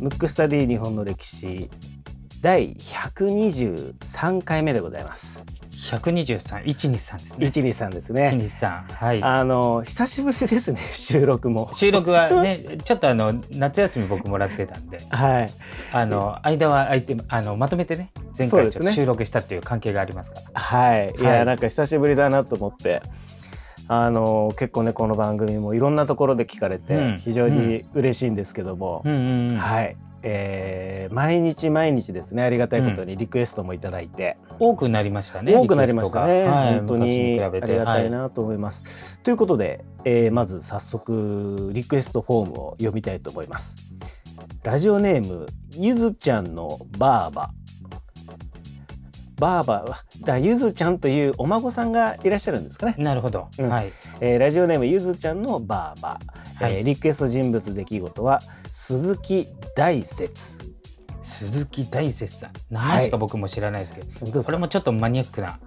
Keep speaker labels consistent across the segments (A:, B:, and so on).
A: ムックスタディ日本の歴史第123回目でございます。
B: 123、123ですね。
A: 123です ね。
B: 123。は
A: あの久しぶりですね 収録も
B: い。。収録はね、 ちょっとあの、夏休み僕もらってたんで、
A: はい。
B: あの、間は空いて、あの、まとめてね、前
A: そうで
B: 回
A: す
B: ち
A: ね
B: ょっと収録したっていう関係がありますから。
A: はい、いや、
B: はい
A: なんか久しぶりだなと思ってあの結構ねこの番組もいろんなところで聞かれて、
B: うん
A: 非常に嬉しいんですけども、
B: うんうんうん。
A: はい、えー毎日毎日ですねありがたいことにリクエストもいただいて、
B: 多くなりましたね。
A: 多くなりました
B: リ
A: ね、
B: クエストがはい、
A: 本当にあ
B: 昔
A: り
B: 比べ
A: が
B: て
A: たいなと思います。ということで、えーまず早速リクエストフォームを読みたいと思います。ラジオネームゆずちゃんのバーババーバはだゆずちゃんというお孫さんがいらっしゃるんですかね
B: は、いなるほど。
A: うん
B: はい。
A: えーラジオネームゆずちゃんのバーバ
B: は
A: えー
B: い。
A: リクエスト人物出来事は鈴木大雪
B: 鈴木大拙さん。何しか僕も知らないですけど、
A: どう
B: これもちょっとマニアックな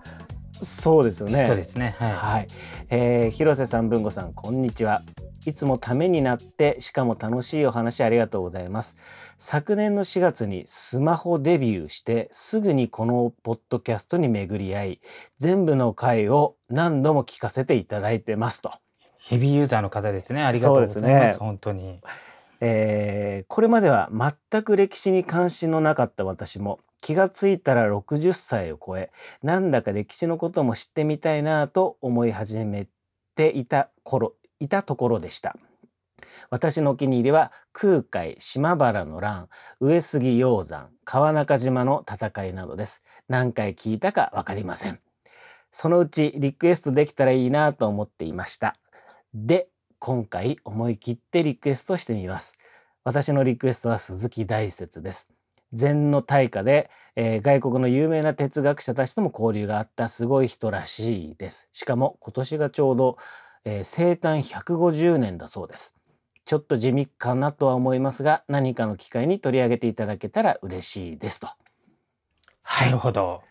A: そうですよね
B: 人ですね。は
A: はい、えー広瀬さん文吾さんこんにちはいつもためになってしかも楽しいお話ありがとうございます昨年の4月にスマホデビューしてすぐにこのポッドキャストに巡り合い全部の回を何度も聞かせていただいてますと、
B: い。ヘビーユーザーの方ですね。ありがとうござい
A: そうで
B: ますす。
A: ね
B: 本当に。
A: えーこれまでは全く歴史に関心のなかった私も気がついたら60歳を超えなんだか歴史のことも知ってみたいなぁと思い始めていた頃いたところでした私のお気に入りは空海島原の乱上杉鷹山川中島の戦いなどです何回聞いたかわかりませんそのうちリクエストできたらいいなぁと思っていましたで今回思い切ってリクエストしてみます私のリクエストは鈴木大拙です禅の大家でえー外国の有名な哲学者たちとも交流があったすごい人らしいです。しかも今年がちょうど、えー生誕150年だそうです。ちょっと地味かなとは思いますが何かの機会に取り上げていただけたら嬉しいですと。は
B: なる
A: い、
B: ほど。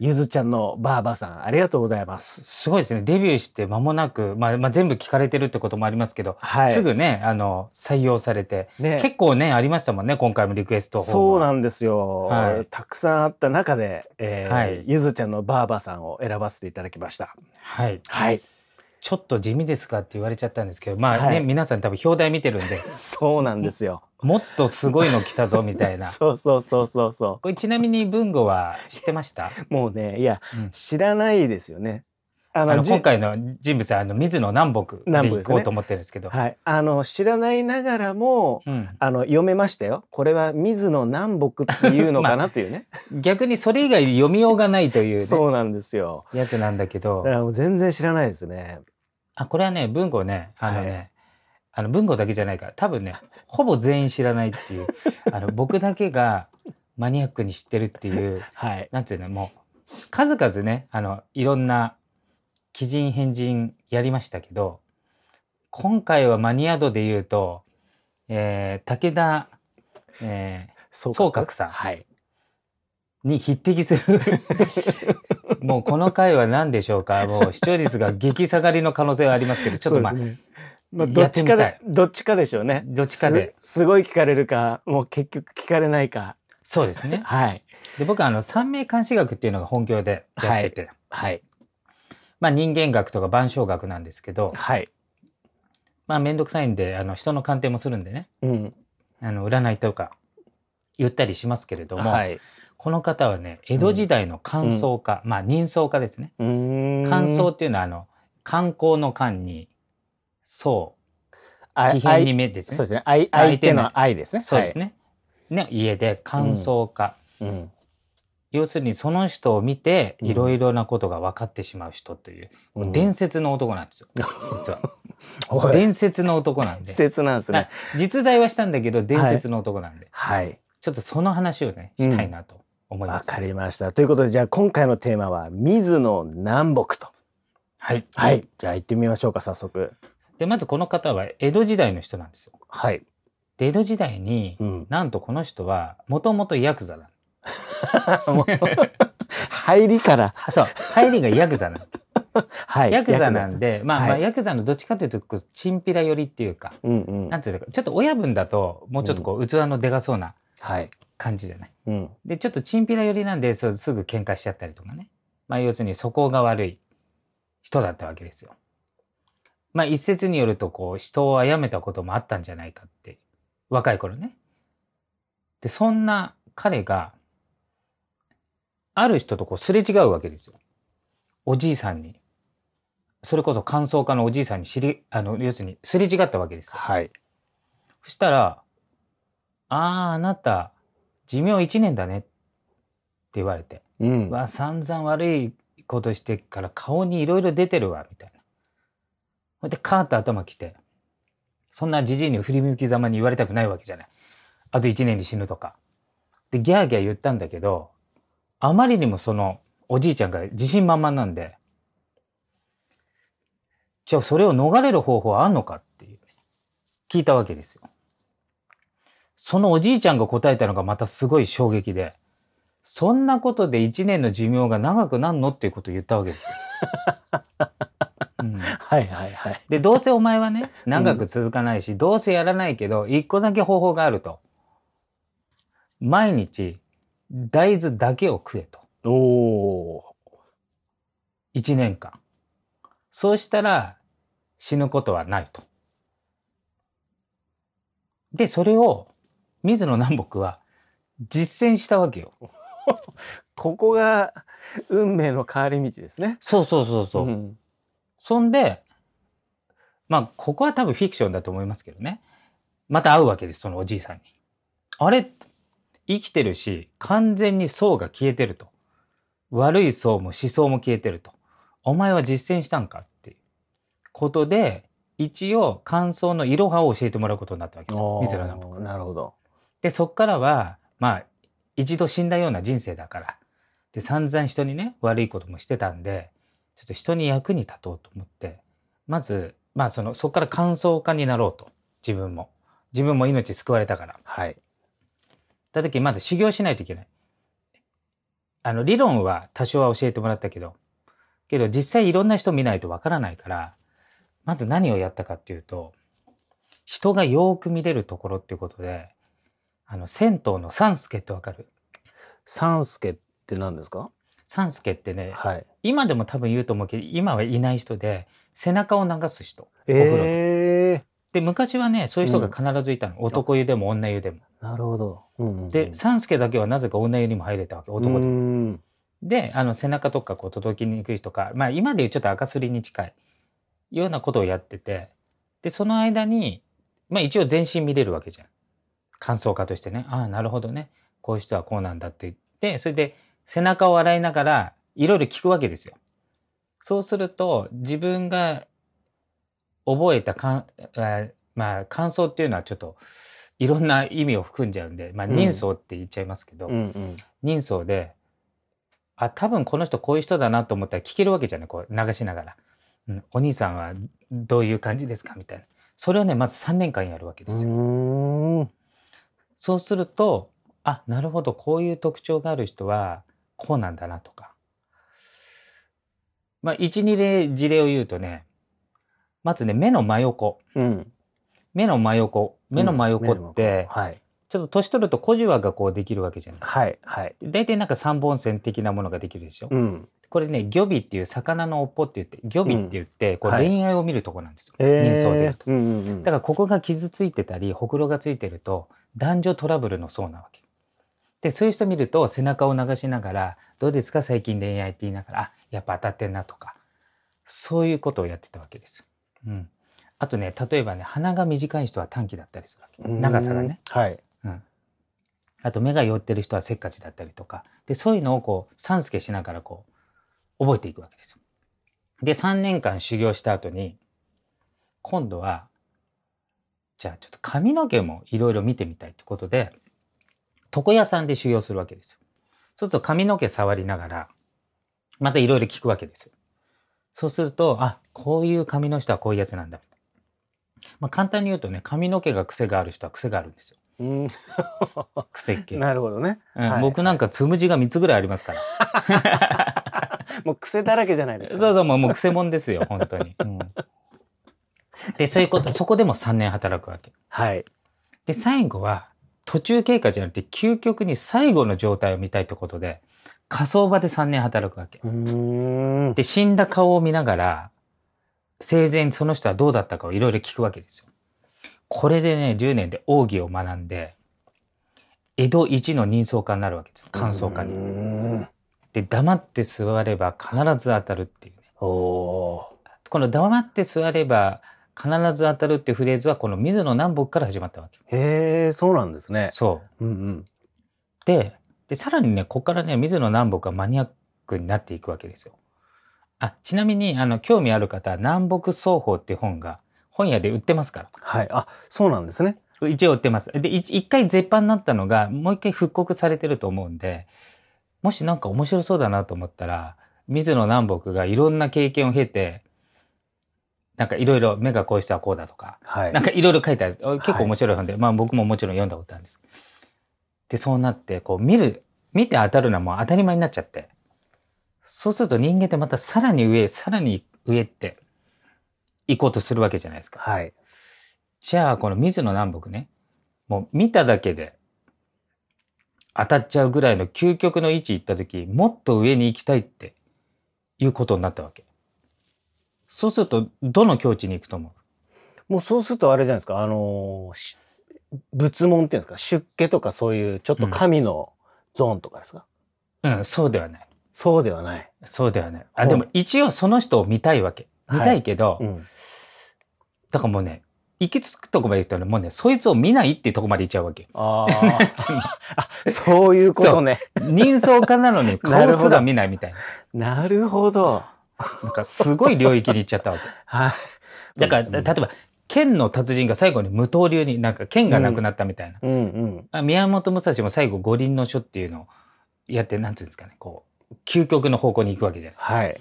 A: ゆずちゃんのばあばさんありがとうございます。
B: すごいですね。デビューして間もなく、まあ、まあ、全部聞かれてるってこともありますけど、
A: はい、
B: すぐね、あの、採用されて、
A: ね
B: 結構ね、ありましたもんね、今回もリクエスト
A: そう
B: の
A: なんですよ、
B: はい
A: たくさんあった中で、えー
B: はい
A: ゆずちゃんのばあばさんを選ばせていただきました。
B: はい。
A: はい、
B: ちょっと地味ですかって言われちゃったんですけど、まあね、
A: はい
B: 皆さん多分表題見てるん で、
A: そうなんですよ。
B: もっとすごいの来たぞ、みたいな。
A: そうそうそうそうそ
B: これちなみに文吾は知ってました、
A: う。もうね、いや、
B: うん
A: 知らないですよね。あ
B: あの
A: じ
B: 今回の人物はあの水野南北
A: 南北で
B: で行
A: すね
B: こうと思ってるんですけど。
A: はい、あの知らないながらも。
B: うん、
A: あの読めましたよ。これは水野南北っていう のかなっていうね。
B: 逆にそれ以外読みようがないという,、ね、
A: そうなんですよ。
B: やつなんだけど
A: だからもう全然知らないですね。
B: あこれはね文庫ねあのね、
A: は
B: あの文庫だけじゃないから多分ねほぼ全員知らない っていうあの僕だけがマニアックに知ってるっていう
A: はい。
B: なんていうのもう数々ねあのいろんな鬼人変人やりましたけど今回はマニア度で言うと、えー武田、え
A: 総
B: 総格さん
A: はい。
B: ーに匹敵す るもうこの回は何でしょうかもう視聴率が激下がりの可能性はありますけどちょっとまあ
A: そうですねまあ、ど
B: や
A: っ
B: って
A: ち
B: み
A: か
B: たい
A: で、どっちかでしょうね。。
B: どっちかです
A: すごい聞かれるか、もう結局聞かれないか。
B: そうですね
A: はい。
B: で僕はあの三名監視学っていうのが本業でやってて、
A: はい。
B: まあ、人間学とか万象学なんですけど、
A: はい。
B: まあ、めんどくさいんであの人の鑑定もするんでね
A: うん。
B: あの占いとか言ったりしますけれども、
A: はい。
B: この方はね江戸時代の乾燥家、まあ人相家ですね
A: うーん。
B: 乾燥っていうのはあの観光の観にそ
A: あ
B: う気変に目です
A: そうです
B: ね
A: ね。愛相
B: 相
A: 手
B: 手の
A: の愛ですね。
B: そうですね、ね家で乾燥家、
A: はい。うん。
B: 要するにその人を見て
A: うん
B: いろいろなことが分かってしまう人という、
A: うん
B: 伝説の男なんですよ実は。
A: おい
B: 伝説の男なん
A: 施
B: で。
A: 設なんですね。
B: 実在はしたんだけど、伝説の男なんで、
A: はい。
B: ちょっとその話をね、したいなと思い
A: わ
B: ます。
A: かりました。ということで、じゃあ今回のテーマは、水野南北と。
B: はい。
A: はい。じゃあ行ってみましょうか、早速。
B: で、まずこの方は江戸時代の人なんですよ。
A: はい。
B: で、江戸時代に、
A: うん。
B: なんとこの人は、もともとヤクザだ。
A: もう入りから。
B: そう。入りがヤクザなの。
A: はい。
B: ヤクザなん
A: で。
B: で、まあ、ま
A: は
B: あ
A: い
B: ヤクザのどっちかというと、こうチンピラ寄りっていうか、
A: うんうん
B: なん。ていうか、ちょっと親分だと、もうちょっとこう、器のでかそうな
A: はい。
B: 感じじゃない。
A: うん。
B: で、ちょっとチンピラ寄りなんで、そうすぐ喧嘩しちゃったりとかね。まあ、要するに、素行が悪い人だったわけですよ。まあ、一説によると、こう、人を殺めたこともあったんじゃないかって、若い頃ね。で、そんな彼が、ある人とこう、すれ違うわけですよ。おじいさんに。それこそ、乾燥家のおじいさんに知り、あの、要するに、すれ違ったわけですよ。
A: はい。
B: そしたら、ああ、あなた、寿命1年だねって言われて、
A: うん。
B: わあ、散々悪いことしてっから顔にいろいろ出てるわ、みたいな。ほいで、カーッと頭きて、そんなじじいに振り向きざまに言われたくないわけじゃない。あと1年で死ぬとか。で、ギャーギャー言ったんだけど、あまりにもその、おじいちゃんが自信満々なんで、じゃあそれを逃れる方法はあんのかっていう、聞いたわけですよ。そのおじいちゃんが答えたのがまたすごい衝撃で、そんなことで1年の寿命が長くなんのっていうことを言ったわけですよ。うん
A: はいはいはい。
B: で、どうせお前はね、長く続かないし、どうせやらないけど、一個だけ方法があると。毎日、大豆だけを食えと。
A: おお
B: 一年間。そうしたら、死ぬことはないと。で、それを、水野南北は、実践したわけよ。
A: ー。ここが運命の変わり道ですね。
B: そうそうそうそう。
A: ん
B: そんで、まあ、ここは多分フィクションだと思いますけどね。また会うわけです、そのおじいさんに。あれ生きてるし、完全に層が消えてると。悪い層も思想も消えてると。お前は実践したんかっていうことで、一応感想のいろはを教えてもらうことになったわけですよ。
A: お
B: 水野南北
A: ーなるほど。
B: で、そっからは、まあ、一度死んだような人生だから。で、散々人にね、悪いこともしてたんで、ちょっと人に役に立とうと思って、まず、まあ、その、そっから乾燥家になろうと。自分も。自分も命救われたから。
A: はい。
B: だ時、まず修行しないといけない。あの、理論は多少は教えてもらったけど、けど実際いろんな人見ないとわからないから、まず何をやったかっていうと、人がよーく見れるところっていうことで、あの、銭湯のサンスケってわかる
A: サンスケって何ですか
B: サンスケってね、
A: はい。
B: 今でも多分言うと思うけど、今はいない人で、背中を流す人。
A: ええ
B: で、昔はね、そういう人が必ずいたの。男湯でも女湯でも。
A: ー。なるほど。うんうん、
B: で、サンスケだけはなぜか女湯にも入れたわけ、男でも
A: うーん
B: で、あの背中とかこう届きにくいとか、まあ今でいうちょっと赤すりに近いようなことをやってて、で、その間に、まあ一応全身見れるわけじゃん。感想家としてね、ああ、なるほどね。こういう人はこうなんだって言って、それで背中を洗いながらいろいろ聞くわけですよ。そうすると、自分が覚えたかん、あまあ感想っていうのはちょっといろんな意味を含んじゃうんで、まあ
A: うん
B: 人相って言っちゃいますけど、
A: うんうん。
B: 人相で、あ、多分この人こういう人だなと思ったら聞けるわけじゃない、こう流しながら。うん、お兄さんはどういう感じですかみたいな。それをね、まず3年間やるわけですよ。
A: うーん
B: そうすると、あ、なるほど、こういう特徴がある人は、こうなんだなとか。まあ、1、2例、事例を言うとね、まずね、目の真横。
A: うん。
B: 目の真横。目の真横
A: うん
B: っ
A: 目の真
B: て
A: 横、はい。
B: ちょっと年取ると小じわがこうできるわけじゃない。
A: はい。はい。
B: 大体なんか3本線的なものができるでしょ
A: う。ん。
B: これね、魚尾っていう魚の尾っぽって言って、魚尾って言って、こう
A: はい
B: 恋愛を見るとこなんですよ。
A: えー
B: 人相で言うと。
A: うんうんうん。
B: だからここが傷ついてたり、ほくろがついてると、男女トラブルのそうなわけ。で、そういう人見ると、背中を流しながら、どうですか最近恋愛って言いながら、あ、やっぱ当たってんなとか、そういうことをやってたわけですよ。うん。あとね、例えばね、鼻が短い人は短気だったりするわけ。
A: うーん
B: 長さがね。。
A: はい。
B: うん、あと目が寄ってる人はせっかちだったりとかでそういうのをこう三助しながらこう覚えていくわけですよ。で3年間修行した後に今度はじゃあちょっと髪の毛もいろいろ見てみたいってことで床屋さんで修行するわけですよ。そうすると髪の毛触りながらまたいろいろ聞くわけですよ。そうするとあこういう髪の人はこういうやつなんだみたいな。まあ、簡単に言うとね髪の毛が癖がある人は癖があるんですよ。
A: うん、
B: 苦節 系、
A: なるほどね。
B: うん
A: はい
B: 僕なんかつむじが3つぐらいありますから。
A: もう癖だらけじゃないです
B: そ
A: か。
B: うそう、もうもう癖も んですよ、本当に。うんで、そういうこと、そこでも3年働くわけ。
A: はい。
B: で、最後は、途中経過じゃなくて、究極に最後の状態を見たいってことで、火葬場で3年働くわけ。
A: うーん。
B: で、死んだ顔を見ながら、生前その人はどうだったかをいろいろ聞くわけですよ。これでね、10年で奥義を学んで、江戸一の人相家になるわけですよ。乾燥家
A: う
B: に。
A: ーん
B: で、黙って座れば必ず当たるっていうね。
A: おお
B: この黙って座れば必ず当たるっていうフレーズは、この水野南北から始まったわけ。
A: ー。へえ、そうなんですね。
B: そう。
A: うんうん。
B: ででさらにねここからね水野南北がマニアックになっていくわけですよ。あちなみにあの興味ある方は「南北奏法」っていう本が本屋で売ってますか
A: はい。あ、そうなんですね。
B: ら一応売ってます。でい一回絶版になったのがもう一回復刻されてると思うんでもしなんか面白そうだなと思ったら水野南北がいろんな経験を経てなんかいろいろ目がこうしてはこうだとか
A: はい
B: なん。かいろいろ書いてある。結
A: はい
B: 構面白い本で、まあ僕ももちろん読んだことあるんです。で、そうなって、こう見る、見て当たるのはもう当たり前になっちゃって。そうすると人間ってまたさらに上、さらに上って行こうとするわけじゃないですか。
A: はい。
B: じゃあこの水野南北ね、もう見ただけで当たっちゃうぐらいの究極の位置行った時、もっと上に行きたいっていうことになったわけ。そうすると、どの境地に行くと思う
A: もうそうするとあれじゃないですか。あのーし仏門っていうんですか。出家とかそういうちょっと神のゾーンとかですか。
B: うん、そうではない。
A: そうではない。
B: そうだよね。
A: ほ
B: あ、
A: う
B: でも一応その人を見たいわけ。
A: はい
B: 見たいけど、
A: うん。
B: だからもうね、行き着くとこまで行ったらもうね、そいつを見ないっていうとこまで行っちゃうわけ。
A: ああ。 そういうことね。
B: 人相家なのに
A: なる
B: 顔
A: ほど
B: すら見ないみたいな。
A: なるほど。
B: なんかすごい領域に行っちゃったわけ。
A: はい。
B: だから、
A: うん
B: 例えば、剣の達人が最後に無刀流になんか剣がなくなったみたいな。
A: うんうん。
B: あ宮本武蔵も最後五輪の書っていうのをやって、なんていうんですかね、こう、究極の方向に行くわけじゃない。
A: はい。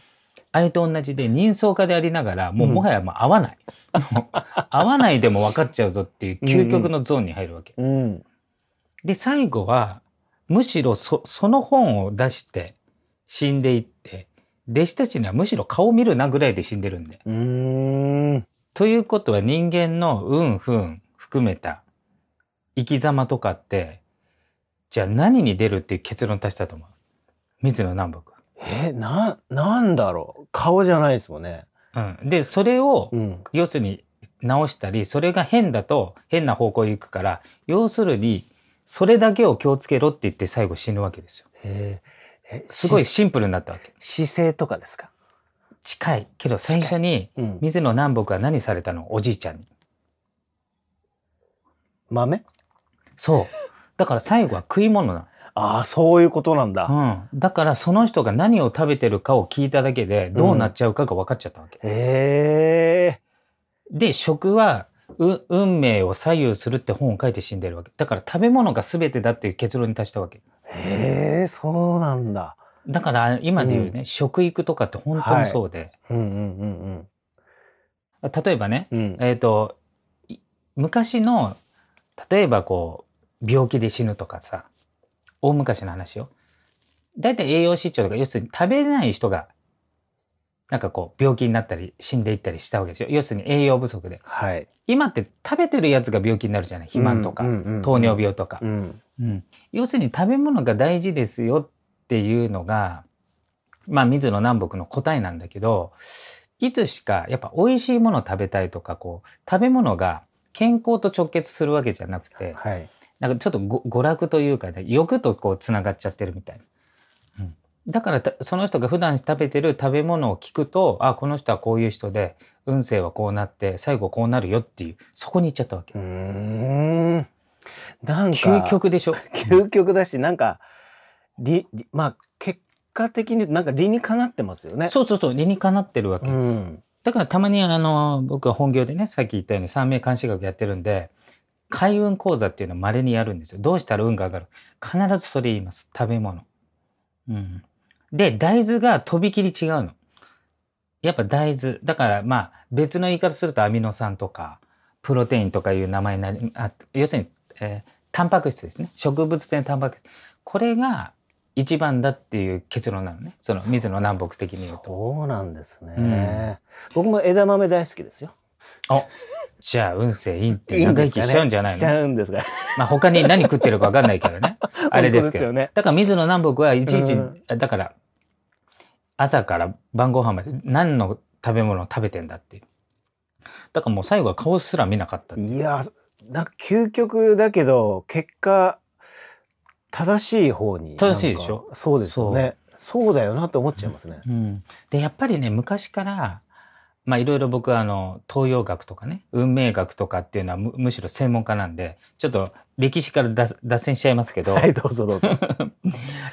B: あれと同じで人相家でありながら、もう
A: うん
B: もはやもう合わない。 もう合わないでも分かっちゃうぞっていう究極のゾーンに入るわけ。
A: うん。
B: で、最後は、むしろそその本を出して死んでいって、弟子たちにはむしろ顔見るなぐらいで死んでるんで。
A: うーん。
B: ということは人間の運不運含めた生き様とかって、じゃあ何に出るっていう結論を出したと思う。水野南北。
A: え、な、なんだろう。顔じゃないですもんね。
B: うん。で、それを、
A: うん。
B: 要するに直したり、それが変だと変な方向へ行くから、要するに、それだけを気をつけろって言って最後死ぬわけですよ。
A: えーえ、
B: すごい
A: し
B: シンプルになったわけ。
A: 姿勢とかですか。
B: 近い。けど最初に、
A: うん。
B: 水野南北は何されたのおじいちゃんに。
A: 豆
B: そう。だから最後は食い物な
A: ああ、そういうことなんだ。
B: の。うん。だからその人が何を食べてるかを聞いただけで、どうなっちゃうかが分かっちゃったわけ。
A: ええ
B: で、食は、う運命を左右するって本を書いて死んでるわけ。だから食べ物が全てだっていう結論に達したわけ。
A: ええそうなんだ。
B: だから今で言うね、食育とかって本当にそうで、
A: うんうんうん
B: 例えばね、
A: うん。うん。
B: えっ、と、い昔の、例えばこう、病気で死ぬとかさ、大昔の話よ。だいたい栄養失調とか、要するに食べれない人が、なんかこう、病気になったり、死んでいったりしたわけですよ。要するに栄養不足で。
A: はい。
B: 今って食べてるやつが病気になるじゃない肥満とか、
A: うんうんうん
B: 糖尿。病とか。
A: うん。
B: うん、要するに食べ物が大事ですよっていうのが、まあ、水野南北の答えなんだけどいつしかやっぱ美味しいものを食べたいとかこう食べ物が健康と直結するわけじゃなくて
A: はい。
B: なんかちょっとご娯楽というかね欲とこうつながっちゃってるみたいな。うんだからたその人が普段食べてる食べ物を聞くとあこの人はこういう人で運勢はこうなって最後こうなるよっていうそこに行っちゃったわけ
A: うーん。なんか。
B: 究極でしょ
A: 究極だし、なんか、り、りまあ、結果的に言うとなんか理にかなってますよね。
B: そうそうそう理にかなってるわけ、
A: うん。
B: だからたまにあの僕は本業でねさっき言ったように三名監視学やってるんで開運講座っていうのをまれにやるんですよどうしたら運が上がる必ずそれ言います食べ物、うん、で大豆がとびきり違うのやっぱ大豆だからまあ別の言い方するとアミノ酸とかプロテインとかいう名前になりあ要するに、えータンパク質ですね。植物性タンパク質。これが一番だっていう結論なのね。その水野南北的に言うと。
A: そうなんですね、僕も枝豆大好きですよ。
B: じゃあ運勢いいって長生きしちゃうんじゃない
A: し
B: の
A: ちゃうんですが。
B: まあ他に何食ってるか分かんないか らね。あれですけど
A: 本当よね。
B: だから水野南北はいちいち、
A: うん
B: だから朝から晩ご飯まで何の食べ物を食べてんだっていう。だからもう最後は顔すら見なかった。
A: いや、なんか究極だけど、結果、正しい方に。
B: 正しいでしょ
A: なんかそうですよね。そうだよなって思っちゃいますね。
B: うん、でやっぱりね昔からまあいろいろ僕はあの東洋学とかね運命学とかっていうのはむむしろ専門家なんでちょっと歴史から脱脱線しちゃいますけど、
A: はい、どうぞどうぞ。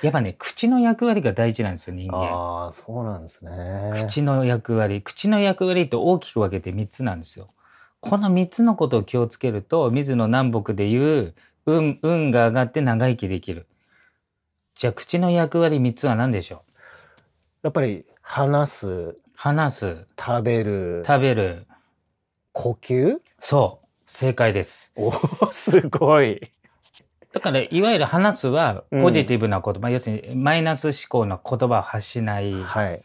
B: やっぱね口の役割が大事なんですよ人間。
A: ああ、そうなんですね。
B: 口の役割口の役割って大きく分けて3つなんですよ。この3つのことを気をつけると水野南北でいう運運が上がって長生きできる。じゃあ口の役割3つは何でしょ
A: やっぱり、話す、
B: う話す
A: 食べる、
B: 食べる
A: 呼 吸
B: そう正解です。
A: おーすごい。
B: だから、いわゆる話すは、
A: うん
B: ポジティブな言葉、要するに、マイナス思考の言葉を発しない、
A: はい。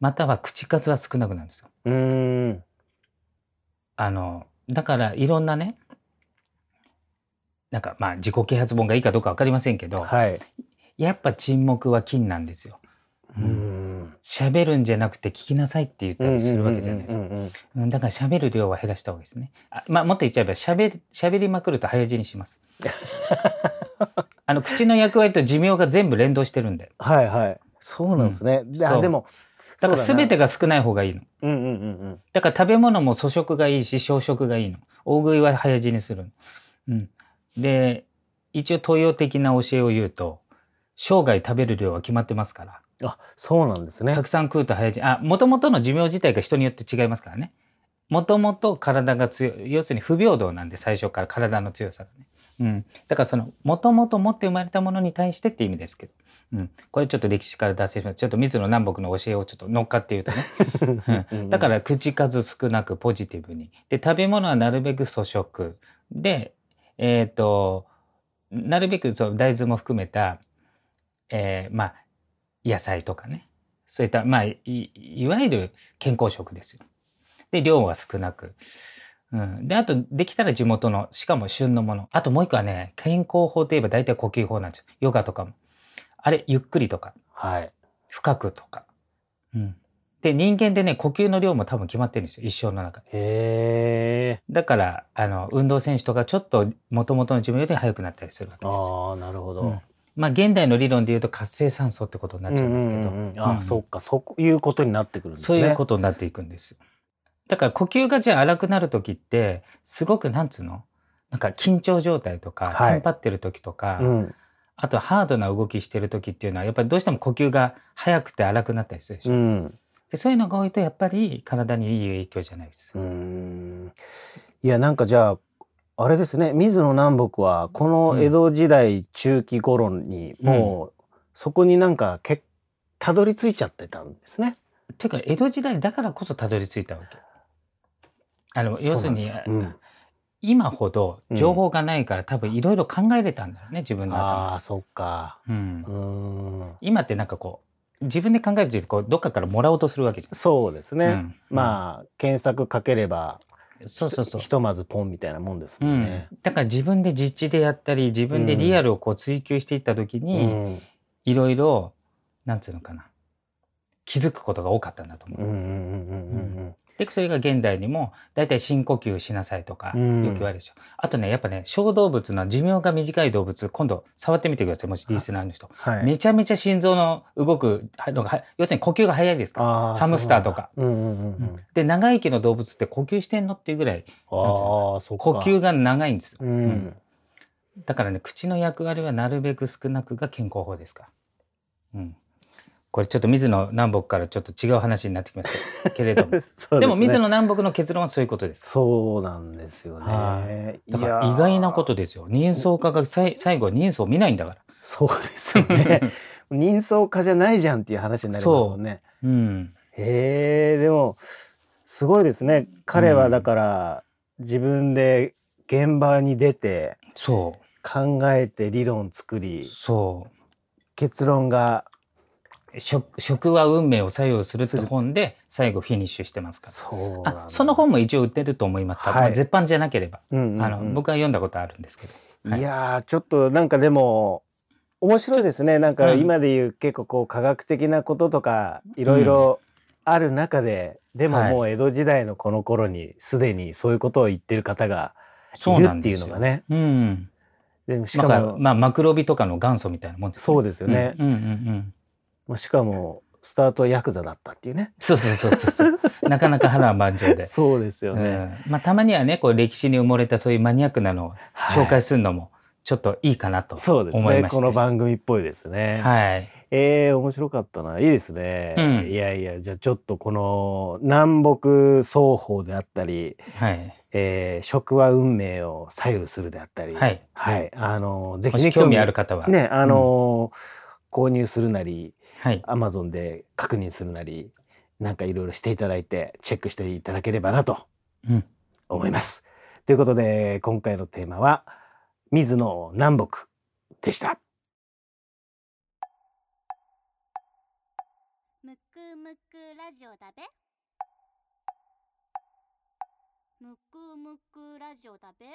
B: または口数は少なくなるんですよ。
A: うーん。
B: あの、だから、いろんなね、なんか、まあ、自己啓発本がいいかどうかわかりませんけど、
A: はい。う
B: やっぱ沈黙は金なんですよ。
A: ーん。
B: 喋るんじゃなくて聞きなさいって言ったりするわけじゃないです
A: うん
B: か
A: う。んうんうんうん
B: うんだから喋る量は減らした方がいいですね。あまあ、もっと言っちゃえば、喋り、喋りまくると早死に します。あの、口の役割と寿命が全部連動してるんで。
A: はいはい。そうなんですね。であ
B: そう
A: でも、
B: だから
A: そうだな
B: 全てが少ない方がいいの。
A: うんうんうん
B: だから食べ物も粗食がいいし、小食がいいの。大食いは早死にするの。うん。で、一応東洋的な教えを言うと、生涯食べる量は決まってますから、
A: うん。あ、そうなんですね、
B: た。くさん食うと早死に。あ、もともとの寿命自体が人によって違いますからね。もともと体が強い、要するに不平等なんで最初から体の強さがね。うん。だからその、もともと持って生まれたものに対してって意味ですけど。うん。これちょっと歴史から脱線します。ちょっと水野南北の教えをちょっと乗っかって言うとね。だか らら口数少なくポジティブに。で、食べ物はなるべく粗食。で、えっ、と、なるべくその大豆も含めた、えーまあ、野菜とかね。そういった、まあ、いいわゆる健康食ですよ。で、量は少なく。うん。で、あと、できたら地元の、しかも旬のもの。あともう一個はね、健康法といえば大体呼吸法なんですよ。ヨガとかも。あれ、ゆっくりとか。
A: はい。
B: 深くとか。うん。で、人間でね、呼吸の量も多分決まってるんですよ、一生の中で。
A: へえ。
B: だから、あの、運動選手とかちょっと元々の自分より速くなったりするわけですよ。
A: ああ、なるほど。
B: うんまあ、現代の理論で言うと活性酸素ってことになっちゃうんですけ
A: う
B: ど、
A: んうんうんあ、
B: うん
A: そっか、そういうことになってくるんですね。
B: そういうことになっていくんですよ。だから呼吸がじゃあ荒くなる時って、すごくなんつうのなんか緊張状態とか、
A: はい
B: テンパってる時とか、
A: うん、
B: あとハードな動きしてる時っていうのは、やっぱりどうしても呼吸が速くて荒くなったりするでしょ。
A: うん、
B: でそういうのが多いとやっぱり体にいい影響じゃないです
A: う。ん。いや、なんかじゃあ、あれですね、水野南北は、この江戸時代中期頃に、もう、そこになんか、け、たどり着いちゃってたんですね。
B: ていうか江戸時代だからこそたどり着いたわけ。あの要す
A: そ
B: るに
A: うなんですか
B: 今ほど情報がないから、多分いろいろ考えれたんだろうね自
A: う
B: 分
A: ん、
B: の頭、
A: ああ、そっか。
B: うん
A: う。ん。
B: 今ってなんかこう自分で考えるというよりこうどっかからもらおうとするわけじ
A: そうです
B: ゃ
A: ね。
B: ん。うん、
A: まあ、検索かければ、
B: あそうそうそう
A: ひ。とまずポンみたいなもんです
B: う
A: もん
B: ん
A: ね。、
B: だから自分で実地でやったり自分でリアルをこう追求していった時
A: う
B: に
A: ん。
B: いろいろなんつうのかな気づくことが多かったんだと思う
A: うんうんう。んうん
B: で、それが現代にも、だいたい深呼吸しなさいとか、
A: うん
B: よく言われるでしょ。あとね、やっぱね、小動物の寿命が短い動物、今度触ってみてください、もしリスナーの人。
A: はい。
B: めちゃめちゃ心臓の動くのがは、要するに呼吸が早いですから。
A: あ
B: ハムスターとか。
A: そうなんだうんうんうんう
B: うん
A: ん。
B: で、長生きの動物って呼吸してんのっていうぐらい、
A: ああ、そっか。
B: 呼吸が長いんですよ。
A: うん。
B: うんだからね、口の役割はなるべく少なくが健康法ですから。うん。これちょっと水野南北からちょっと違う話になってきましたけれども。
A: そうですね
B: でも水野南北の結論はそういうことです。
A: そうなんですよ
B: は
A: ね。
B: だか
A: い
B: ら
A: やー
B: 意外なこと。ですよ。人相化がさい最後は人相を見ないんだか
A: そうですよね
B: ら。。
A: 人相化じゃないじゃんっていう話になりますもんね。
B: うん。
A: へえ、でも、すごいですね。彼はだから、自分で現場に出て、
B: そ
A: 考えて理論作り
B: そ
A: 結論が
B: う食食は運命を左右するっ
A: す
B: て
A: る
B: 本で最後フィニッシュしてますか
A: そうなん
B: ら
A: だ
B: あその本も一応売ってると思います多分、
A: はい
B: まあ絶版じゃなければ、
A: うんうんうん
B: あの僕は読んだことあるんですけどはい
A: いやーちょっとなんかでも面白いですねなんか
B: うん
A: 今でいう結構こう科学的なこととかいろいろある中で、でも
B: はい
A: もう江戸時代のこの頃にすでにそういうことを言ってる方が
B: そ
A: いうる
B: なん
A: ってい
B: で
A: う
B: す
A: の
B: よ
A: がね
B: うん
A: でもし
B: だ
A: か
B: から
A: も、
B: まあマクロビとかの元祖みたいなもんです
A: そうですよね、
B: うんうんうんうん
A: もうしかもスタートはヤクザだったっていうね
B: そうそうそうそう そうなかなか波乱万丈で、
A: そうですよ
B: う
A: ね、
B: んまあ、たまにはねこう歴史に埋もれたそういうマニアックなのを
A: はい
B: 紹介するのもちょっといいかなと、はい
A: そうです
B: 思い
A: ね
B: ました
A: この番組っぽいですね、えー、面白かったな。いいですね。
B: うん
A: いやいや、じゃあちょっとこの南北双方であったり、
B: はい
A: えー、食は運命を左右するであったり、
B: はい
A: あのーぜひ
B: も
A: ね
B: し興味ある方は、
A: ね、あのー購入するなり、
B: はい、
A: アマゾンで確認するなり、なんかいろいろしていただいてチェックしていただければなと
B: うん、
A: 思います。ということで今回のテーマは水野南北でした。
C: むくむくラジオだべむくむくラジオだべ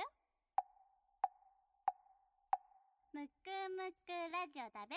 C: むくむくラジオだべ